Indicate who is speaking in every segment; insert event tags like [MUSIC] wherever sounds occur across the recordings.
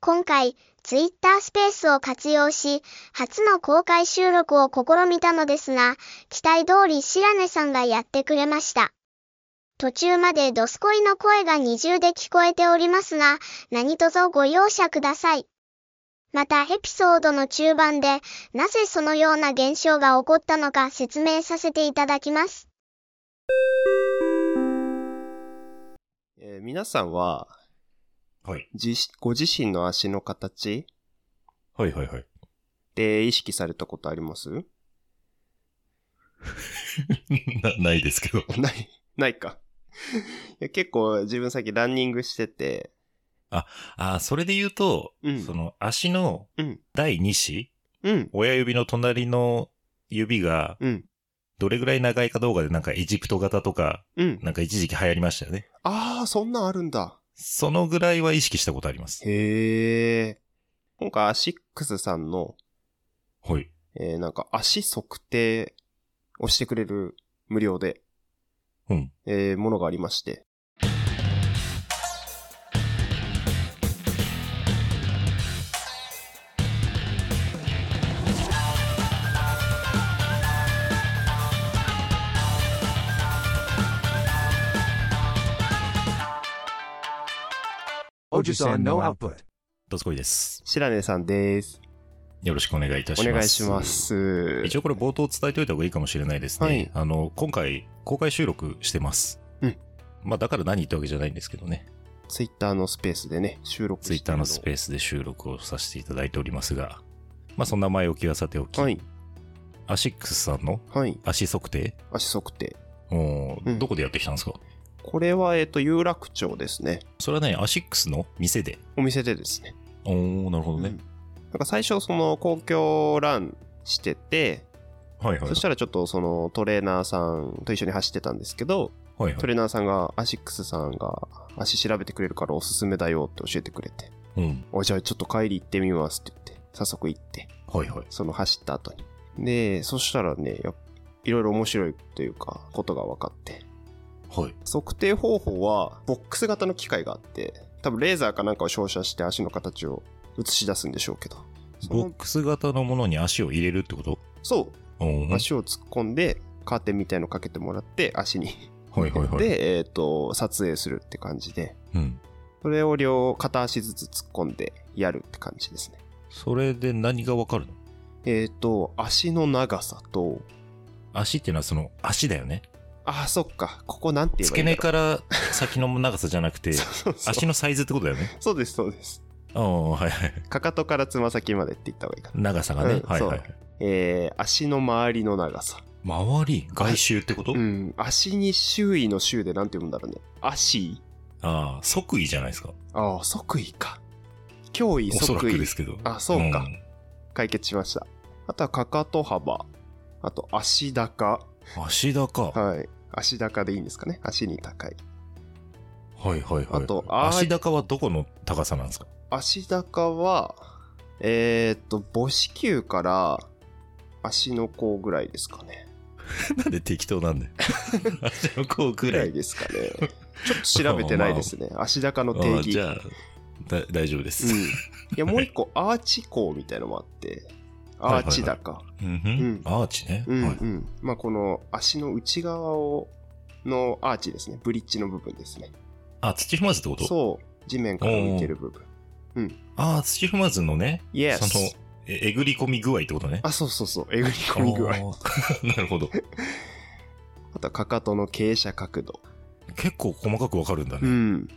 Speaker 1: 今回、ツイッタースペースを活用し、初の公開収録を試みたのですが、期待通り白根さんがやってくれました。途中までドスコイの声が二重で聞こえておりますが、何卒ご容赦ください。またエピソードの中盤で、なぜそのような現象が起こったのか説明させていただきます。
Speaker 2: えー皆さんは、
Speaker 3: はい。
Speaker 2: 自しご自身の足の形
Speaker 3: はいはい [LAUGHS] はい。
Speaker 2: で意識されたことあります [LAUGHS]
Speaker 3: な、ないですけど。
Speaker 2: ない、ないか。いや結構自分さっきランニングしてて、
Speaker 3: ああ、それで言うと、
Speaker 2: うん
Speaker 3: その足の
Speaker 2: うん
Speaker 3: 第2子、
Speaker 2: うん、
Speaker 3: 親指の隣の指が
Speaker 2: うん、
Speaker 3: どれぐらい長いかどうかでなんかエジプト型とか、
Speaker 2: うん。
Speaker 3: なんか一時期流行りましたよね。
Speaker 2: ああ、そんなんあるんだ。
Speaker 3: そのぐらいは意識したことあります。
Speaker 2: へえ。今回アシックスさんの、
Speaker 3: はい。
Speaker 2: えーなんか足測定をしてくれる無料で、
Speaker 3: うん。
Speaker 2: えーものがありまして。
Speaker 4: Ojusan no output.
Speaker 3: どすこいです。
Speaker 2: 白根さんです。
Speaker 3: よろしくお願いいたし
Speaker 2: お
Speaker 3: ます。
Speaker 2: 願いしま。す。
Speaker 3: 一応これ冒頭伝えておいた方がいいかもしれないですね。
Speaker 2: はい
Speaker 3: あの、今回公開収録してます。
Speaker 2: うん。
Speaker 3: まあだから何言ったわけじゃないんですけどね。
Speaker 2: ツイッターのスペースでね、収録
Speaker 3: ツイッターのスペ
Speaker 2: ー
Speaker 3: ースで収録をさせていただいておりますが、まあそんな前置きはさておき、
Speaker 2: はい、
Speaker 3: アシックスさんの
Speaker 2: はい。
Speaker 3: 足測定
Speaker 2: 足測定。
Speaker 3: おー
Speaker 2: うん
Speaker 3: どこでやってきたんですか、
Speaker 2: これは、えっ、と、有楽町ですね。
Speaker 3: それはね、アシックスの店で。
Speaker 2: お店でですね。
Speaker 3: おー、なるほど
Speaker 2: うん
Speaker 3: ね。
Speaker 2: なんか最初、その、公共ランしてて、
Speaker 3: はいはい
Speaker 2: そし。たらちょっと、その、トレーナーさんと一緒に走ってたんですけど、
Speaker 3: はいは
Speaker 2: ト
Speaker 3: い。
Speaker 2: レーナーさんが、アシックスさんが足調べてくれるからおすすめだよって教えてくれて、
Speaker 3: うん。
Speaker 2: おじゃあちょっと帰り行ってみますって言って、早速行って、
Speaker 3: はいはい。
Speaker 2: その走った後に。で、そしたらね、やっいろいろ面白いというか、ことが分かって。
Speaker 3: はい。
Speaker 2: 測定方法は、ボックス型の機械があって、多分レーザーかなんかを照射して足の形を映し出すんでしょうけど。そ
Speaker 3: ボッ
Speaker 2: の
Speaker 3: クス型のものに足を入れるってこと
Speaker 2: そ
Speaker 3: お
Speaker 2: う、
Speaker 3: ー
Speaker 2: 足を突っ込んで、カーテンみたいのかけてもらって、足に。
Speaker 3: はいはいはい。、
Speaker 2: で、えっ、と、撮影するって感じで。
Speaker 3: うん。
Speaker 2: それを両片足ずつ突っ込んでやるって感じですね。
Speaker 3: それで何がわかるの
Speaker 2: えっ、と、足の長さと、
Speaker 3: 足っていうのはその足だよね。
Speaker 2: あ、そっか、ここなんて言え
Speaker 3: 付
Speaker 2: ばい
Speaker 3: け
Speaker 2: いんだ
Speaker 3: 根
Speaker 2: ろう。
Speaker 3: から先の長さじゃなく
Speaker 2: [LAUGHS]
Speaker 3: て、
Speaker 2: そうそうそ
Speaker 3: 足
Speaker 2: う
Speaker 3: のサイズってことだよね。
Speaker 2: そうです、そうです。
Speaker 3: ああ、はいはい。
Speaker 2: かかとからつま先までって言った方がいいかな。
Speaker 3: 長さがね。
Speaker 2: うん
Speaker 3: はいはいはい。
Speaker 2: えー、足の周りの長さ。
Speaker 3: 周り外周ってこと、
Speaker 2: うん、足に周囲の周でなんて読むんだろうね。足
Speaker 3: ああ、即位じゃないですか。
Speaker 2: ああ、即位か。脅威
Speaker 3: おそ
Speaker 2: 即
Speaker 3: らく
Speaker 2: 位
Speaker 3: ですけど。
Speaker 2: あ、そうか、
Speaker 3: ん
Speaker 2: 解決しました。あとはかかと幅。あと足高。
Speaker 3: 足高。は
Speaker 2: はい。足高でいいんですかね。足に高い。
Speaker 3: いはいはい。
Speaker 2: あとあー
Speaker 3: 足高はどこの高さなんですか [LAUGHS]
Speaker 2: 足高は、えー、っと、母子球から足の甲ぐらいですかね。
Speaker 3: なんで適
Speaker 2: [LAUGHS]
Speaker 3: 当なんだよ。足の甲く
Speaker 2: ぐ
Speaker 3: ら
Speaker 2: ら
Speaker 3: い
Speaker 2: い。ですかね。ちょっと調べてないです
Speaker 3: [LAUGHS]
Speaker 2: ね。足高の定
Speaker 3: あー
Speaker 2: 義。
Speaker 3: じゃあ、だ大丈夫で
Speaker 2: う
Speaker 3: す
Speaker 2: ん。。いや、もう一個、アーチ高みたいのもあって、
Speaker 3: はい
Speaker 2: ア
Speaker 3: はい
Speaker 2: ーチ高。
Speaker 3: うんふん
Speaker 2: うん
Speaker 3: アーチね。
Speaker 2: うんう
Speaker 3: はい
Speaker 2: ん。まあ、この足の内側を、のアーチですね。ブリッジの部分ですね。
Speaker 3: あ、土踏まずってこと
Speaker 2: そう。地面から浮いてる部分。
Speaker 3: ああ、土踏まずのね、
Speaker 2: Yes
Speaker 3: その、ええぐり込み具合ってことね。
Speaker 2: あ、そうそうそう。えぐり込み具合。
Speaker 3: あー [LAUGHS] なるほど。
Speaker 2: あとは、かかとの傾斜角度。
Speaker 3: 結構細かくわかるんだ
Speaker 2: う
Speaker 3: ね。
Speaker 2: ん。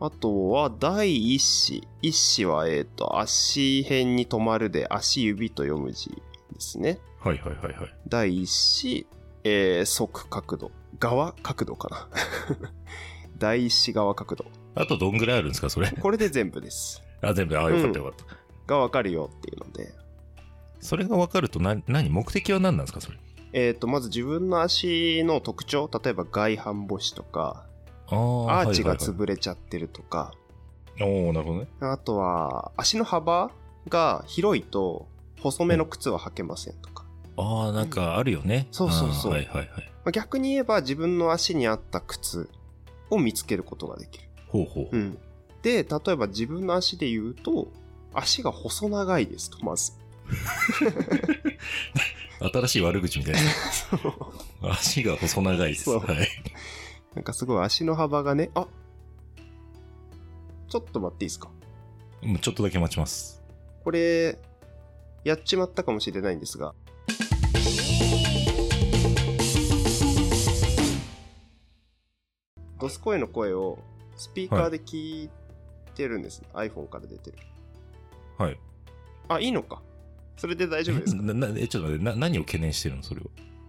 Speaker 2: あとは、第一子。一子は、えっ、と、足辺に止まるで、足指と読む字ですね。
Speaker 3: はいはいはいはい。
Speaker 2: 第一子、えー、側角度。側角度かな。 [LAUGHS] 第一子側角度。
Speaker 3: あとどんぐらいあるんですか、それ。
Speaker 2: これで全部です。
Speaker 3: あ、全部、ああ、よかったよかった。
Speaker 2: がわかるよっていうので。
Speaker 3: それが分かると何、何目的は何なんですか、それ。
Speaker 2: えー、とまず自分の足の特徴例えば外反母趾とか
Speaker 3: ああ
Speaker 2: アーチが
Speaker 3: つぶ
Speaker 2: 潰れちゃってるとか、
Speaker 3: おおなるほどね。
Speaker 2: あとは足の幅が広いと細めの靴は履けませんとか、
Speaker 3: ああ、なんかあるよね。
Speaker 2: そうそうそう
Speaker 3: あーはいはいはい。
Speaker 2: まあ逆に言えば自分の足に合った靴を見つけることができる、
Speaker 3: ほうほ
Speaker 2: う
Speaker 3: う。
Speaker 2: ん、で、例えば自分の足で言うと、足が細長いですと、まず。
Speaker 3: 新しい悪口みたいな。足が細長いです。
Speaker 2: そう
Speaker 3: はい。
Speaker 2: なんかすごい足の幅がね、あちょっと待っていいですか。
Speaker 3: もうちょっとだけ待ちます。
Speaker 2: これ、やっちまったかもしれないんですが、ドスコイの声をスピーカーで聞いてるんです、iPhone から出てる。
Speaker 3: はい。
Speaker 2: あ、いいのか。それで大丈夫ですか
Speaker 3: ななえちょっと待って、な何を懸念してるのそれを。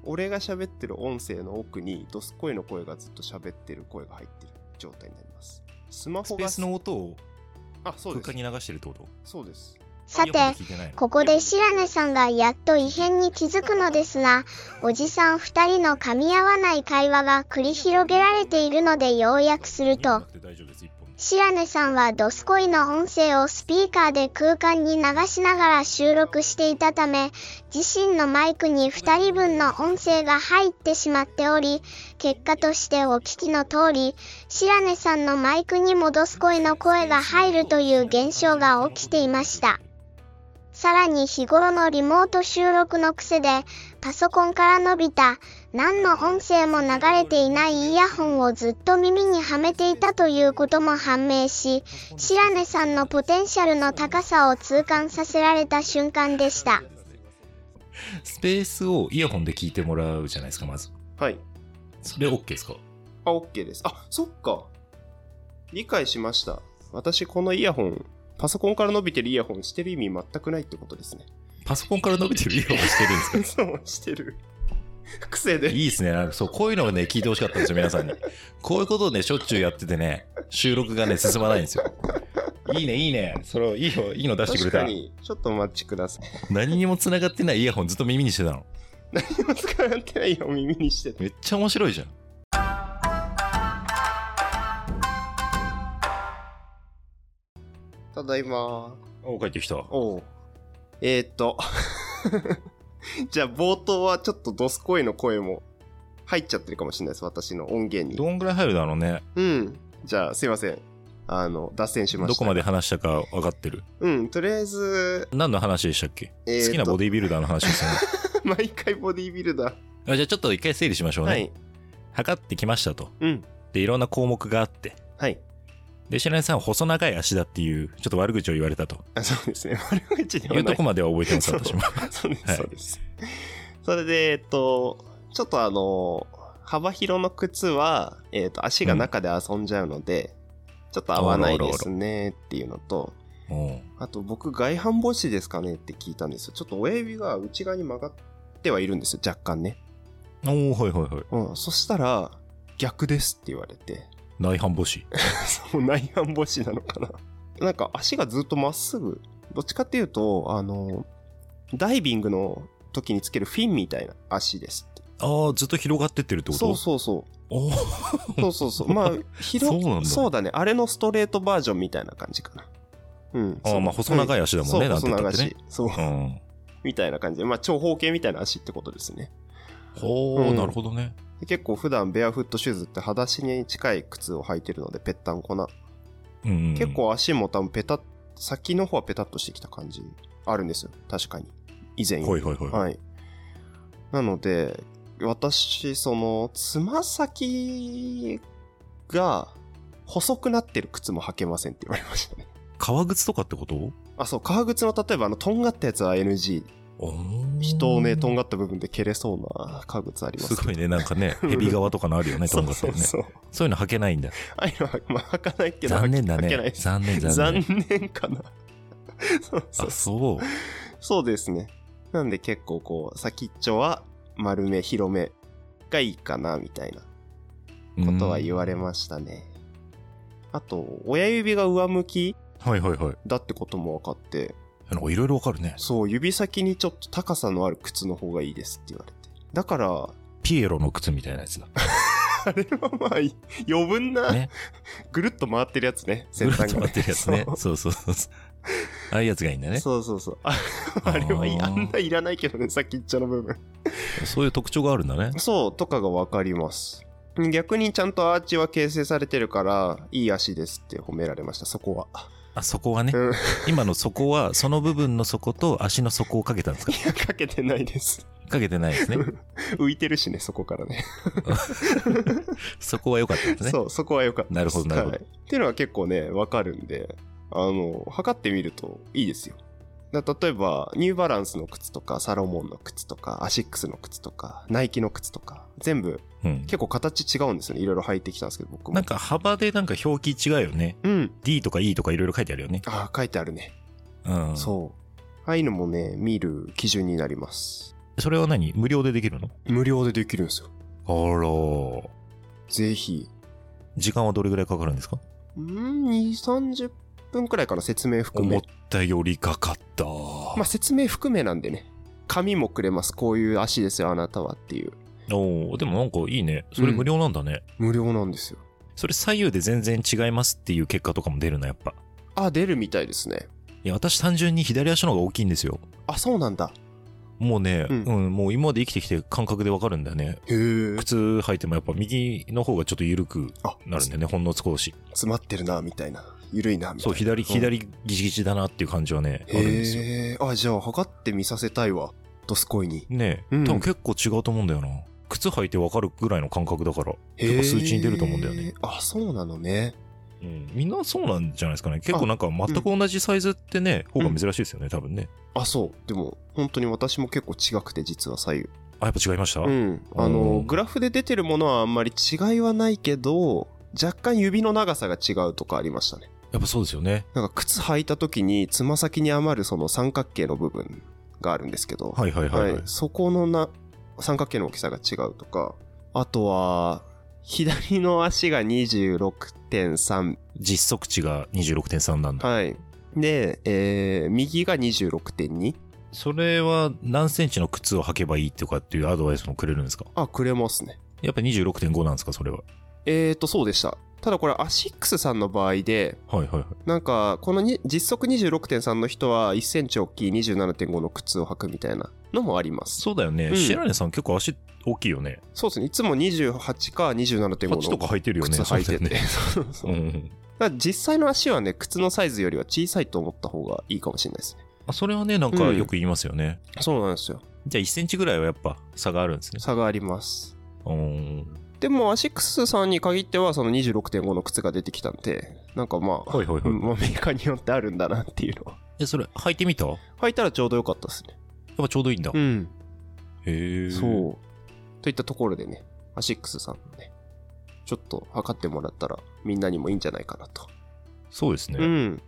Speaker 2: 俺が喋ってる音声の奥にドスコイの声がずっと喋ってる声が入ってる状態になります。スマ
Speaker 3: ス
Speaker 2: ホ
Speaker 3: ペ
Speaker 2: が
Speaker 3: ースの音を
Speaker 2: あ、そうで
Speaker 3: 空
Speaker 2: す
Speaker 3: 間に。流してるってこと
Speaker 2: そうです。
Speaker 1: さ
Speaker 3: イヤホン
Speaker 1: て
Speaker 3: で、聞いてないの
Speaker 1: ここで白根さんがやっと異変に気づくのですが、おじさん二人の噛み合わない会話が繰り広げられているので要約する
Speaker 3: 見な
Speaker 1: と、
Speaker 3: くて大丈夫です、一本で
Speaker 1: 白根さんはドスコイの音声をスピーカーで空間に流しながら収録していたため、自身のマイクに2人分の音声が入ってしまっており、結果としてお聞きの通り、白根さんのマイクにもドスコイの声が入るという現象が起きていました。さらに日頃のリモート収録の癖で、パソコンから伸びた、何の音声も流れていないイヤホンをずっと耳にはめていたということも判明し、白根さんのポテンシャルの高さを痛感させられた瞬間でした。
Speaker 3: スペースをイヤホンで聞いてもらうじゃないですか、まず。
Speaker 2: はい。
Speaker 3: それ OK ですか
Speaker 2: あ、OK です。あ、そっか。理解しました。私、このイヤホン、パソコンから伸びてるイヤホンしてる意味全くないってことですね。 [LAUGHS]
Speaker 3: パソコンから伸びてるイヤホンしてる
Speaker 1: [LAUGHS]
Speaker 3: んですか
Speaker 2: そう、してる。癖で。
Speaker 3: いいですね。なんかそう、こういうのをね、聞いてほしかったんですよ、皆さんに。こういうことをね、しょっちゅうやっててね、収録がね、進まないんですよ。いいね、いいね。それを、いいよ、いいの出してく
Speaker 2: 確
Speaker 3: れ
Speaker 2: か
Speaker 3: た。
Speaker 2: に、ちょっとお待ちください。 [LAUGHS]
Speaker 3: 何にも繋がってないイヤホンずっと耳にしてたの。
Speaker 2: 何も使ってないよ、耳にしてて。
Speaker 3: めっちゃ面白いじゃん。
Speaker 2: ただいま。
Speaker 3: お、帰ってきた。
Speaker 2: おう。えー、っと。 [LAUGHS] じゃあ、冒頭はちょっとドスコイの声も入っちゃってるかもしれないです、私の音源に。
Speaker 3: どんぐらい入るだろうね。
Speaker 2: うん。じゃあ、すいません。あの、脱線しました。
Speaker 3: どこまで話したか分かってる。
Speaker 2: うん、とりあえず、
Speaker 3: 何の話でしたっけ、
Speaker 2: えーと
Speaker 3: 好きなボディビルダーの話
Speaker 2: [LAUGHS]
Speaker 3: ですよね。
Speaker 2: 毎回ボディービルダー。
Speaker 3: あじゃあちょっと一回整理しましょうね。
Speaker 2: はい。
Speaker 3: 測ってきましたと。
Speaker 2: うん。
Speaker 3: で、いろんな項目があって。
Speaker 2: はい。
Speaker 3: で、白根さんは細長い足だっていう、ちょっと悪口を言われたと。
Speaker 2: あそうですね。 [LAUGHS] 悪口には
Speaker 3: いう
Speaker 2: な
Speaker 3: と
Speaker 2: い
Speaker 3: こ。までは覚えてます、
Speaker 2: そう
Speaker 3: 私も。
Speaker 2: そうです、
Speaker 3: はい
Speaker 2: そうです。それで、えっと、ちょっとあの、幅広の靴は、えっと、足が中で遊んじゃうので、ちょっと合わないですねっていうのと、
Speaker 3: [LAUGHS] うん
Speaker 2: あと僕、外反母趾ですかねって聞いたんですよ。ちょっと親指が内側に曲がってはいるんですよ、若干ね。
Speaker 3: おー、はいはいはい。
Speaker 2: うん。そしたら、逆ですって言われて。
Speaker 3: 内反母趾。
Speaker 2: そう内反母趾なのかななんか足がずっとまっすぐどっちかっていうとあのダイビングの時につけるフィンみたいな足ですって
Speaker 3: あー、ずっと広がってってるってこと
Speaker 2: そうそうそ
Speaker 3: おー
Speaker 2: うそうそうそうまあ広
Speaker 3: そうなんだ
Speaker 2: そうだねあれのストレートバージョンみたいな感じかなうん
Speaker 3: あー、まあ細長
Speaker 2: い
Speaker 3: い足だもん
Speaker 2: そう
Speaker 3: ね、なんて
Speaker 2: 細
Speaker 3: 言った
Speaker 2: 長
Speaker 3: っ
Speaker 2: い
Speaker 3: てね
Speaker 2: し。そう
Speaker 3: うん。
Speaker 2: みたいな感じでまあ長方形みたいな足ってことですね
Speaker 3: ほ
Speaker 2: う
Speaker 3: ー、
Speaker 2: ん
Speaker 3: なるほどね。
Speaker 2: で結構普段ベアフットシューズって裸足に近い靴を履いてるのでぺったんこな
Speaker 3: うんうん。
Speaker 2: 結。構足も多分ペタッ先の方はペタッとしてきた感じあるんですよ確かに以前よ
Speaker 3: ほい
Speaker 2: り
Speaker 3: ほいほい。
Speaker 2: はいなので私そのつま先が細くなってる靴も履けませんって言われましたね [LAUGHS]
Speaker 3: 革靴とかってこと
Speaker 2: あそう革靴の例えばあのとんがったやつは NG
Speaker 3: おー
Speaker 2: 人をねとんがった部分で蹴れそうな革靴あります
Speaker 3: すごいね、なんかね、ヘビ側とかのあるよね、とんがっ
Speaker 2: [LAUGHS]
Speaker 3: た
Speaker 2: そう
Speaker 3: り
Speaker 2: そう
Speaker 3: ね。
Speaker 2: そう
Speaker 3: そういうの履けないんだ。
Speaker 2: ああいうのは、まあ、履かないけど
Speaker 3: 残念だ
Speaker 2: 履けない
Speaker 3: ね
Speaker 2: で。す
Speaker 3: 残念、残念。
Speaker 2: 残念かな [LAUGHS] そうそうそう
Speaker 3: あ、そう。
Speaker 2: そうですね。なんで結構こう、先っちょは丸め、広めがいいかな、みたいなことは言われましたね。あと、親指が上向き
Speaker 3: うんはいはいはい。
Speaker 2: だってことも分かって、
Speaker 3: なんかいろいろわかるね。
Speaker 2: そう、指先にちょっと高さのある靴の方がいいですって言われて。だから、
Speaker 3: ピエロの靴みたいなやつだ。
Speaker 2: [LAUGHS] あれはまあ、余分な、
Speaker 3: ね
Speaker 2: ぐるっと回ってるやつね、
Speaker 3: ずらっと
Speaker 2: ね
Speaker 3: 待ってるやつね。そうそうそうそう。ああいうやつがいいんだね。そ
Speaker 2: そうそうそう。ああれはいい
Speaker 3: あー
Speaker 2: あんないらないけどね、先っちょの部分。
Speaker 3: ういう特徴があるんだね。
Speaker 2: そう、とかが分かります。逆にちゃんとアーチは形成されてるから、いい足ですって褒められました、そこは。 [LAUGHS]
Speaker 3: あ、そこはね
Speaker 2: う、ん、
Speaker 3: 今のそこは、その部分の底と足の底をかけたん
Speaker 2: [LAUGHS]
Speaker 3: ですか
Speaker 2: かけてないです。
Speaker 3: かけてないですね。
Speaker 2: 浮いてるしね、そこからね。
Speaker 3: そこは良かったですね。
Speaker 2: そう、そこは良かったです。
Speaker 3: なるほどなるほど
Speaker 2: はいっていうのは結構ね、わかるんで、あの、測ってみるといいですよ。だ例えば、ニューバランスの靴とか、サロモンの靴とか、アシックスの靴とか、ナイキの靴とか、全部
Speaker 3: うん。
Speaker 2: 結構形違うんですよね。いろいろ履いてきたんですけど、僕も。
Speaker 3: なんか幅でなんか表記違うよね。
Speaker 2: うん。
Speaker 3: D とか E とかいろいろ書いてあるよね。
Speaker 2: ああ、書いてあるね。
Speaker 3: うん。
Speaker 2: そう。ああいうのもね、見る基準になります。
Speaker 3: それは何無料でできるの
Speaker 2: 無料でできるんですよ。
Speaker 3: あら。
Speaker 2: ぜひ。
Speaker 3: 時間はどれぐらいかかるんですか
Speaker 2: うん、2、30分くらいかな、説明含
Speaker 3: 思
Speaker 2: め
Speaker 3: っ。たよりかかった。
Speaker 2: まあ、説明含めなんでね。紙もくれます。こういう足ですよ、あなたはっていう。
Speaker 3: おーでもなんかいいね。それ無料なんだね。
Speaker 2: 無料なんですよ。
Speaker 3: それ左右で全然違いますっていう結果とかも出るな、やっぱ。
Speaker 2: あ、出るみたいですね。
Speaker 3: いや、私単純に左足の方が大きいんですよ。
Speaker 2: あ、そうなんだ。
Speaker 3: もうね、
Speaker 2: う
Speaker 3: うんん、もう今まで生きてきて感覚でわかるんだよね。
Speaker 2: へえ。
Speaker 3: 靴履いてもやっぱ右の方がちょっと緩く
Speaker 2: あ、
Speaker 3: なるんだよね、ほんの少し。
Speaker 2: 詰まってるな、みたいな。ゆるいな、みたいな。
Speaker 3: そう、左、左ギチギチだなっていう感じはね、あるんですよ。
Speaker 2: へえ。あ、じゃあ、測ってみさせたいわ。ドスコイに。
Speaker 3: ねえ、
Speaker 2: うん
Speaker 3: 多分結構違うと思うんだよな。靴履いてわかるぐらいの感覚だから、結構数値に出ると思うんだよ
Speaker 2: へ
Speaker 3: ね
Speaker 2: え。。あ、そうなのね。
Speaker 3: うん、みんなそうなんじゃないですかね。結構なんか全く同じサイズってね、方が珍しいですよね、多分ね。
Speaker 2: あ、そう。でも、本当に私も結構違くて、実は左右。
Speaker 3: あ、やっぱ違いました、
Speaker 2: うん。あ
Speaker 3: う
Speaker 2: の、
Speaker 3: ん
Speaker 2: グラフで出てるものはあんまり違いはないけど、若干指の長さが違うとかありましたね。
Speaker 3: やっぱそうですよね。
Speaker 2: なんか靴履いた時につま先に余るその三角形の部分があるんですけど、
Speaker 3: はいはいはい、はい。
Speaker 2: はいそこのな三角形の大きさが違うとか、あとは、左の足が26.3。
Speaker 3: 実測値が26.3なんだ。
Speaker 2: はい。で、えー右が26.2。
Speaker 3: それは何センチの靴を履けばいいとかっていうアドバイスもくれるんですか
Speaker 2: あ、くれますね。
Speaker 3: やっぱ26.5なんですかそれは。
Speaker 2: えーと、そうでした。ただこれ、アシックスさんの場合で、
Speaker 3: はいはいはい。
Speaker 2: なんか、このに実測26.3の人は1センチ大きい27.5の靴を履くみたいなのもあります。
Speaker 3: そうだよね。
Speaker 2: うん
Speaker 3: 白根さん結構足大きいよね。
Speaker 2: そうですね。いつも28か
Speaker 3: 8
Speaker 2: 27.5
Speaker 3: とか
Speaker 2: の
Speaker 3: 履いてるよね。
Speaker 2: 靴履いてて。そう
Speaker 3: そ
Speaker 2: そうう
Speaker 3: だよ
Speaker 2: だか
Speaker 3: ね。うん。
Speaker 2: ら実際の足はね、靴のサイズよりは小さいと思った方がいいかもしれないですね。
Speaker 3: あそれはね、なんかよく言いますよね。
Speaker 2: そうなんですよ。
Speaker 3: じゃあ1センチぐらいはやっぱ差があるんですね。
Speaker 2: 差があります。
Speaker 3: うん。
Speaker 2: でも、アシックスさんに限っては、その26.5の靴が出てきたんで、なんかまあ、
Speaker 3: はいはいはい
Speaker 2: うんまあメーカーによってあるんだなっていうのは。
Speaker 3: え、それ履いてみたやっ
Speaker 2: 履いたらちょうどよかったですね。
Speaker 3: ぱちょうどいいんだ。
Speaker 2: ん。
Speaker 3: へえ。
Speaker 2: そう。といったところでね、アシックスさんのね、ちょっと測ってもらったらみんなにもいいんじゃないかなと。
Speaker 3: そうですね。
Speaker 2: うん。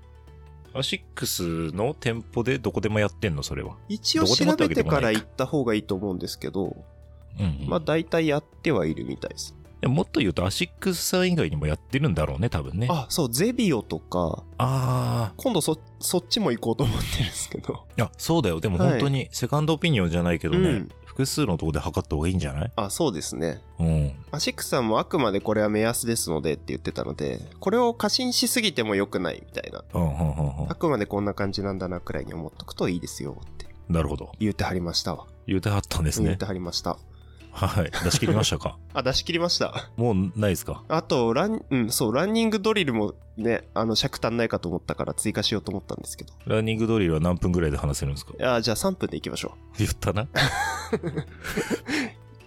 Speaker 3: アシックスの店舗でどこでもやってんのそれは。
Speaker 2: 一応
Speaker 3: どこで
Speaker 2: 調
Speaker 3: もって
Speaker 2: べ
Speaker 3: わけ
Speaker 2: て
Speaker 3: でも
Speaker 2: か
Speaker 3: ない
Speaker 2: ら行った方がいいと思うんですけど、
Speaker 3: うん、
Speaker 2: まあ大体やってはいるみたいです。
Speaker 3: でももっと言うと、アシックスさん以外にもやってるんだろうね、多分ね。
Speaker 2: あ、そう、ゼビオとか、
Speaker 3: あ
Speaker 2: 今度そ、そっちも行こうと思ってるんですけど。
Speaker 3: ー。いや、そうだよ。でも本当に、セカンドオピニオンじゃないけどね、
Speaker 2: うん
Speaker 3: 複数のとこで測った方がいいんじゃない
Speaker 2: あ、そうですね。
Speaker 3: うん。
Speaker 2: アシックスさんもあくまでこれは目安ですのでって言ってたので、これを過信しすぎても良くないみたいな。
Speaker 3: うん、うん、うんう
Speaker 2: あくまでこんな感じなんだなくらいに思っとくといいですよって
Speaker 3: ん。なるほど。
Speaker 2: 言ってはりましたわ。
Speaker 3: 言うてはったんです
Speaker 2: 言っ
Speaker 3: ね
Speaker 2: て。はりました。
Speaker 3: はい。出し切りまし
Speaker 2: [LAUGHS]
Speaker 3: たか
Speaker 2: あ、出し切りました。
Speaker 3: もうないですか
Speaker 2: あと、ラン、うん、そう、ランニングドリルもね、あの、尺足んないかと思ったから追加しようと思ったんですけど。
Speaker 3: ランニングドリルは何分ぐらいで話せるんですか
Speaker 2: あーじゃあ3分で行きましょ
Speaker 3: 言ったな。
Speaker 2: う。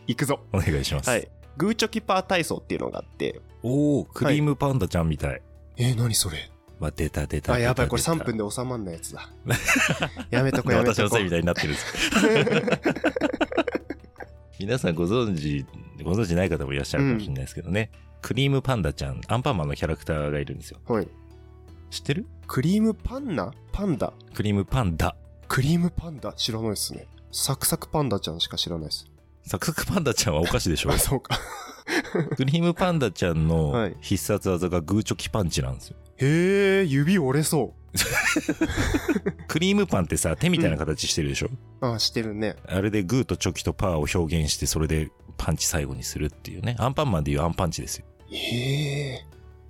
Speaker 2: 行くぞ。
Speaker 3: お願いします。
Speaker 2: はい。グーチョキパー体操っていうのがあって。
Speaker 3: おー、クリームパンダちゃんみたい。
Speaker 2: えー、何それ
Speaker 3: まあ、出た出た。
Speaker 2: あ、やばい、
Speaker 3: 出た
Speaker 2: これ
Speaker 3: 出た
Speaker 2: 3分で収まんないやつ [LAUGHS] だ。やめとこうやめ
Speaker 3: 私
Speaker 2: と
Speaker 3: の
Speaker 2: こ
Speaker 3: せいうみたいになってるんです。皆さんご存知、ご存知ない方もいらっしゃるかもしれないですけどね。クリームパンダちゃん、アンパンマンのキャラクターがいるんですよ。
Speaker 2: [LAUGHS] はい。
Speaker 3: 知ってる
Speaker 2: クリームパンナパンダ
Speaker 3: クリームパンダ。
Speaker 2: クリームパンダ知らないっすね。サクサクパンダちゃんしか知らないっす。
Speaker 3: サクサクパンダちゃんはお菓子でし
Speaker 2: [LAUGHS]
Speaker 3: ょ
Speaker 2: あ、 [LAUGHS] そうか。
Speaker 3: クリームパンダちゃん
Speaker 2: は
Speaker 3: の
Speaker 2: い
Speaker 3: 必殺技がグーチョキパンチなんですよ。
Speaker 2: へえ、指折れそ
Speaker 3: クリームパンってさ、手みたいな形してるでしょ、
Speaker 2: う。あ、してるね。
Speaker 3: あれでグーとチョキとパーを表現して、それでパンチ最後にするっていうね。アンパンマンでいうアンパンチですよ。
Speaker 2: へえ。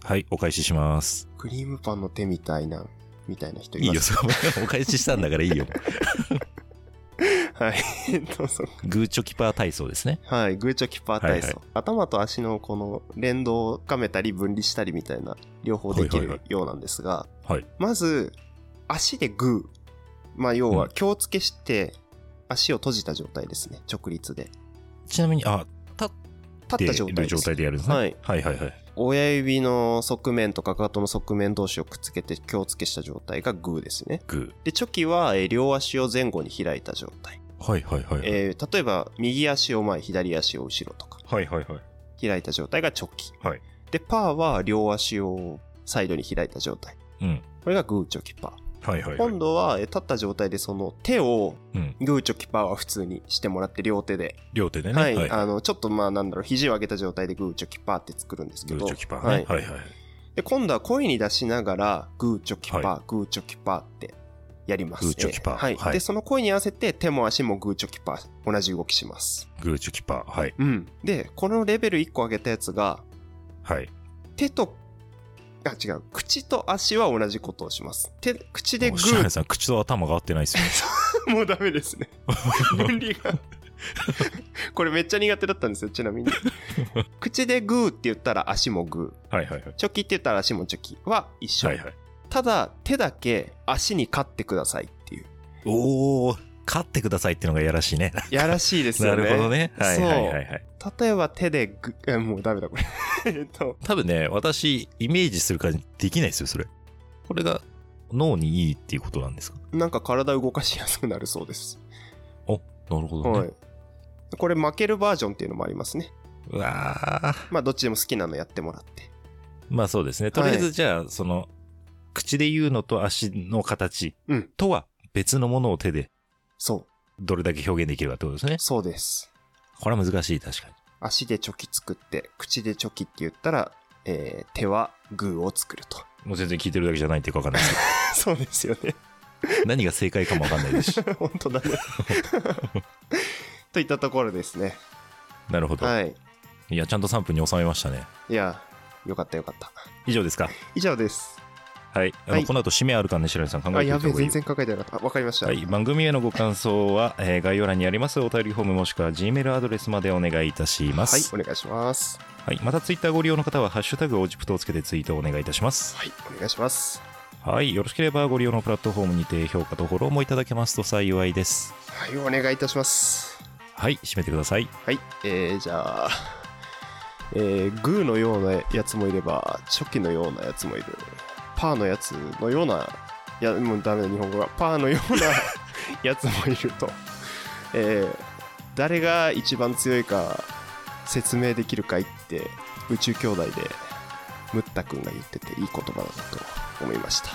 Speaker 3: はい、お返しします。
Speaker 2: クリームパンの手みたいな、みたいな人
Speaker 3: いい
Speaker 2: ま
Speaker 3: よ、 [LAUGHS]
Speaker 2: す
Speaker 3: それお返ししたんだからいいよ。
Speaker 2: [LAUGHS] はい。どうぞ。
Speaker 3: グーチョキパー体操ですね。
Speaker 2: はい。グーチョキパー体操。
Speaker 3: はいは
Speaker 2: 頭と足のこの連動を深めたり分離したりみたいな、両方でき
Speaker 3: はいはいは
Speaker 2: るようなんですが、
Speaker 3: はい。
Speaker 2: まず、足でグー。まあ、要
Speaker 3: う
Speaker 2: は、
Speaker 3: ん
Speaker 2: 気をつけして、足を閉じた状態ですね。直立で。
Speaker 3: ちなみに、あ、立
Speaker 2: 立った状
Speaker 3: ってい
Speaker 2: 態で
Speaker 3: る状
Speaker 2: す
Speaker 3: 態。でやるんですね。
Speaker 2: はい
Speaker 3: はいはいはい。
Speaker 2: 親指の側面とかかかとの側面同士をくっつけて気をつけした状態がグーですね。
Speaker 3: グ
Speaker 2: で、チョキは、えー両足を前後に開いた状態。
Speaker 3: ー。はいはいはい。
Speaker 2: えー例えば、右足を前、左足を後ろとか、
Speaker 3: はいはいはい。
Speaker 2: 開いた状態がチョキ。
Speaker 3: はい
Speaker 2: で、パーは両足をサイドに開いた状態。
Speaker 3: うん。
Speaker 2: これがグーチョキパー。
Speaker 3: はいはいはい。
Speaker 2: 今度は、えー立った状態でその手を
Speaker 3: うん。
Speaker 2: グーチョキパーは普通にしてもらって両手で、
Speaker 3: 両手でね。
Speaker 2: はい、あの、ちょっとまあなんだろう、肘を上げた状態でグーチョキパーって作るんですけ
Speaker 3: グ
Speaker 2: ど、
Speaker 3: ーチョキパーね。
Speaker 2: はい。
Speaker 3: はいはい。
Speaker 2: で、今度は声に出しながら、グーチョキパー、
Speaker 3: は
Speaker 2: グーチョキパーってやります、ね。
Speaker 3: グーチョキパー
Speaker 2: はい。
Speaker 3: はい
Speaker 2: で、その声に合わせて手も足もグーチョキパー、同じ動きします。
Speaker 3: グーチョキパー。はい。
Speaker 2: うん。で、このレベル1個上げたやつが、
Speaker 3: はい。
Speaker 2: 手と、あ、違う、口と足は同じことをします。手、口で
Speaker 3: も
Speaker 2: グ
Speaker 3: う白根
Speaker 2: ー、
Speaker 3: さん、口と頭が合ってない
Speaker 2: [LAUGHS]
Speaker 3: ですよ。
Speaker 2: もうダメです
Speaker 3: [LAUGHS]
Speaker 2: ね。分離が [LAUGHS] これめっちゃ苦手だったんですよちなみ
Speaker 3: [LAUGHS]
Speaker 2: に口でグーって言ったら足もグー
Speaker 3: はいはいはい。
Speaker 2: チョキって言ったら足もチョキは一緒、
Speaker 3: はいはい。
Speaker 2: ただ手だけ足に勝ってくださいっていう
Speaker 3: おー、勝ってくださいってのがやらしいね。
Speaker 2: やらしいです
Speaker 3: な
Speaker 2: よね
Speaker 3: るほどね。はいはいはいはい。
Speaker 2: 例えば手でグーえもうダメだこれ [LAUGHS] えっと
Speaker 3: 多分ね、私、イメージする感じできないですよ、それ。これが脳にいいっていうことなんですか
Speaker 2: なんか体動かしやすくなるそうです、
Speaker 3: なるほどね。
Speaker 2: はいこれ負けるバージョンっていうのもありますね
Speaker 3: うわー。
Speaker 2: まあどっちでも好きなのやってもらって
Speaker 3: まあそうですね。とりあえずじゃあ、その、口で言うのと足の形
Speaker 2: うん
Speaker 3: とは別のものを手で
Speaker 2: そう
Speaker 3: どれだけ表現できるかってことですね。
Speaker 2: そうです
Speaker 3: これは難しい、確かに。
Speaker 2: 足でチョキ作って口でチョキって言ったら、えー手はグーを作ると [LAUGHS]
Speaker 3: もう全然聞いてるだけじゃないっていうかわかんないですけ
Speaker 2: そうですよね [LAUGHS]
Speaker 3: ど何が正解かもわかんないですし。
Speaker 2: 本当だね [LAUGHS] といったところですね
Speaker 3: なるほど。
Speaker 2: はい
Speaker 3: い、や、ちゃんと3分に収めましたね。
Speaker 2: いやよかったよかった
Speaker 3: 以上ですか。
Speaker 2: 以上です
Speaker 3: はい。あの、
Speaker 2: はい
Speaker 3: この後締めあるかね、白根さん考
Speaker 2: あ
Speaker 3: えて
Speaker 2: や
Speaker 3: おいた
Speaker 2: べえ
Speaker 3: 方がい
Speaker 2: 全
Speaker 3: い。
Speaker 2: 然考えてなかったあわかりました
Speaker 3: は、
Speaker 2: はいい、
Speaker 3: 番組へのご感想は、えー概要欄にありますお便りフォームもしくは Gmail アドレスまでお願いいたします。
Speaker 2: お願いします
Speaker 3: はい、また Twitter ご利用の方は、ハッシュタグオジプトをつけてツイートをお願いいたします。
Speaker 2: はいお願いします
Speaker 3: はい、よろしければご利用のプラットフォームにて評価とフォローもいただけますと幸いです。
Speaker 2: はいお願いいたします
Speaker 3: はい、締めてください。
Speaker 2: はいえー、じゃあえー、グーのようなやつもいればチョキのようなやつもいるパーのやつのようないやもうダメだ日本語がパーのようなやつもいると [LAUGHS] えー、誰が一番強いか説明できるかいって宇宙兄弟でムッタ君が言ってていい言葉だなと思いました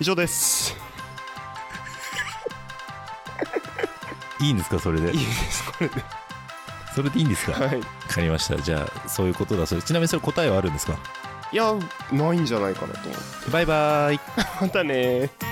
Speaker 2: 以上です
Speaker 3: いいんですか、それで
Speaker 2: いい。ですこれで
Speaker 3: それでいいんです
Speaker 2: [LAUGHS]
Speaker 3: か。わ
Speaker 2: はい
Speaker 3: かりました。じゃあ、そういうことだそうです。ちなみにそれ答えはあるんですか
Speaker 2: いやないんじゃないかなと思って
Speaker 3: バイバーイ。
Speaker 2: またねー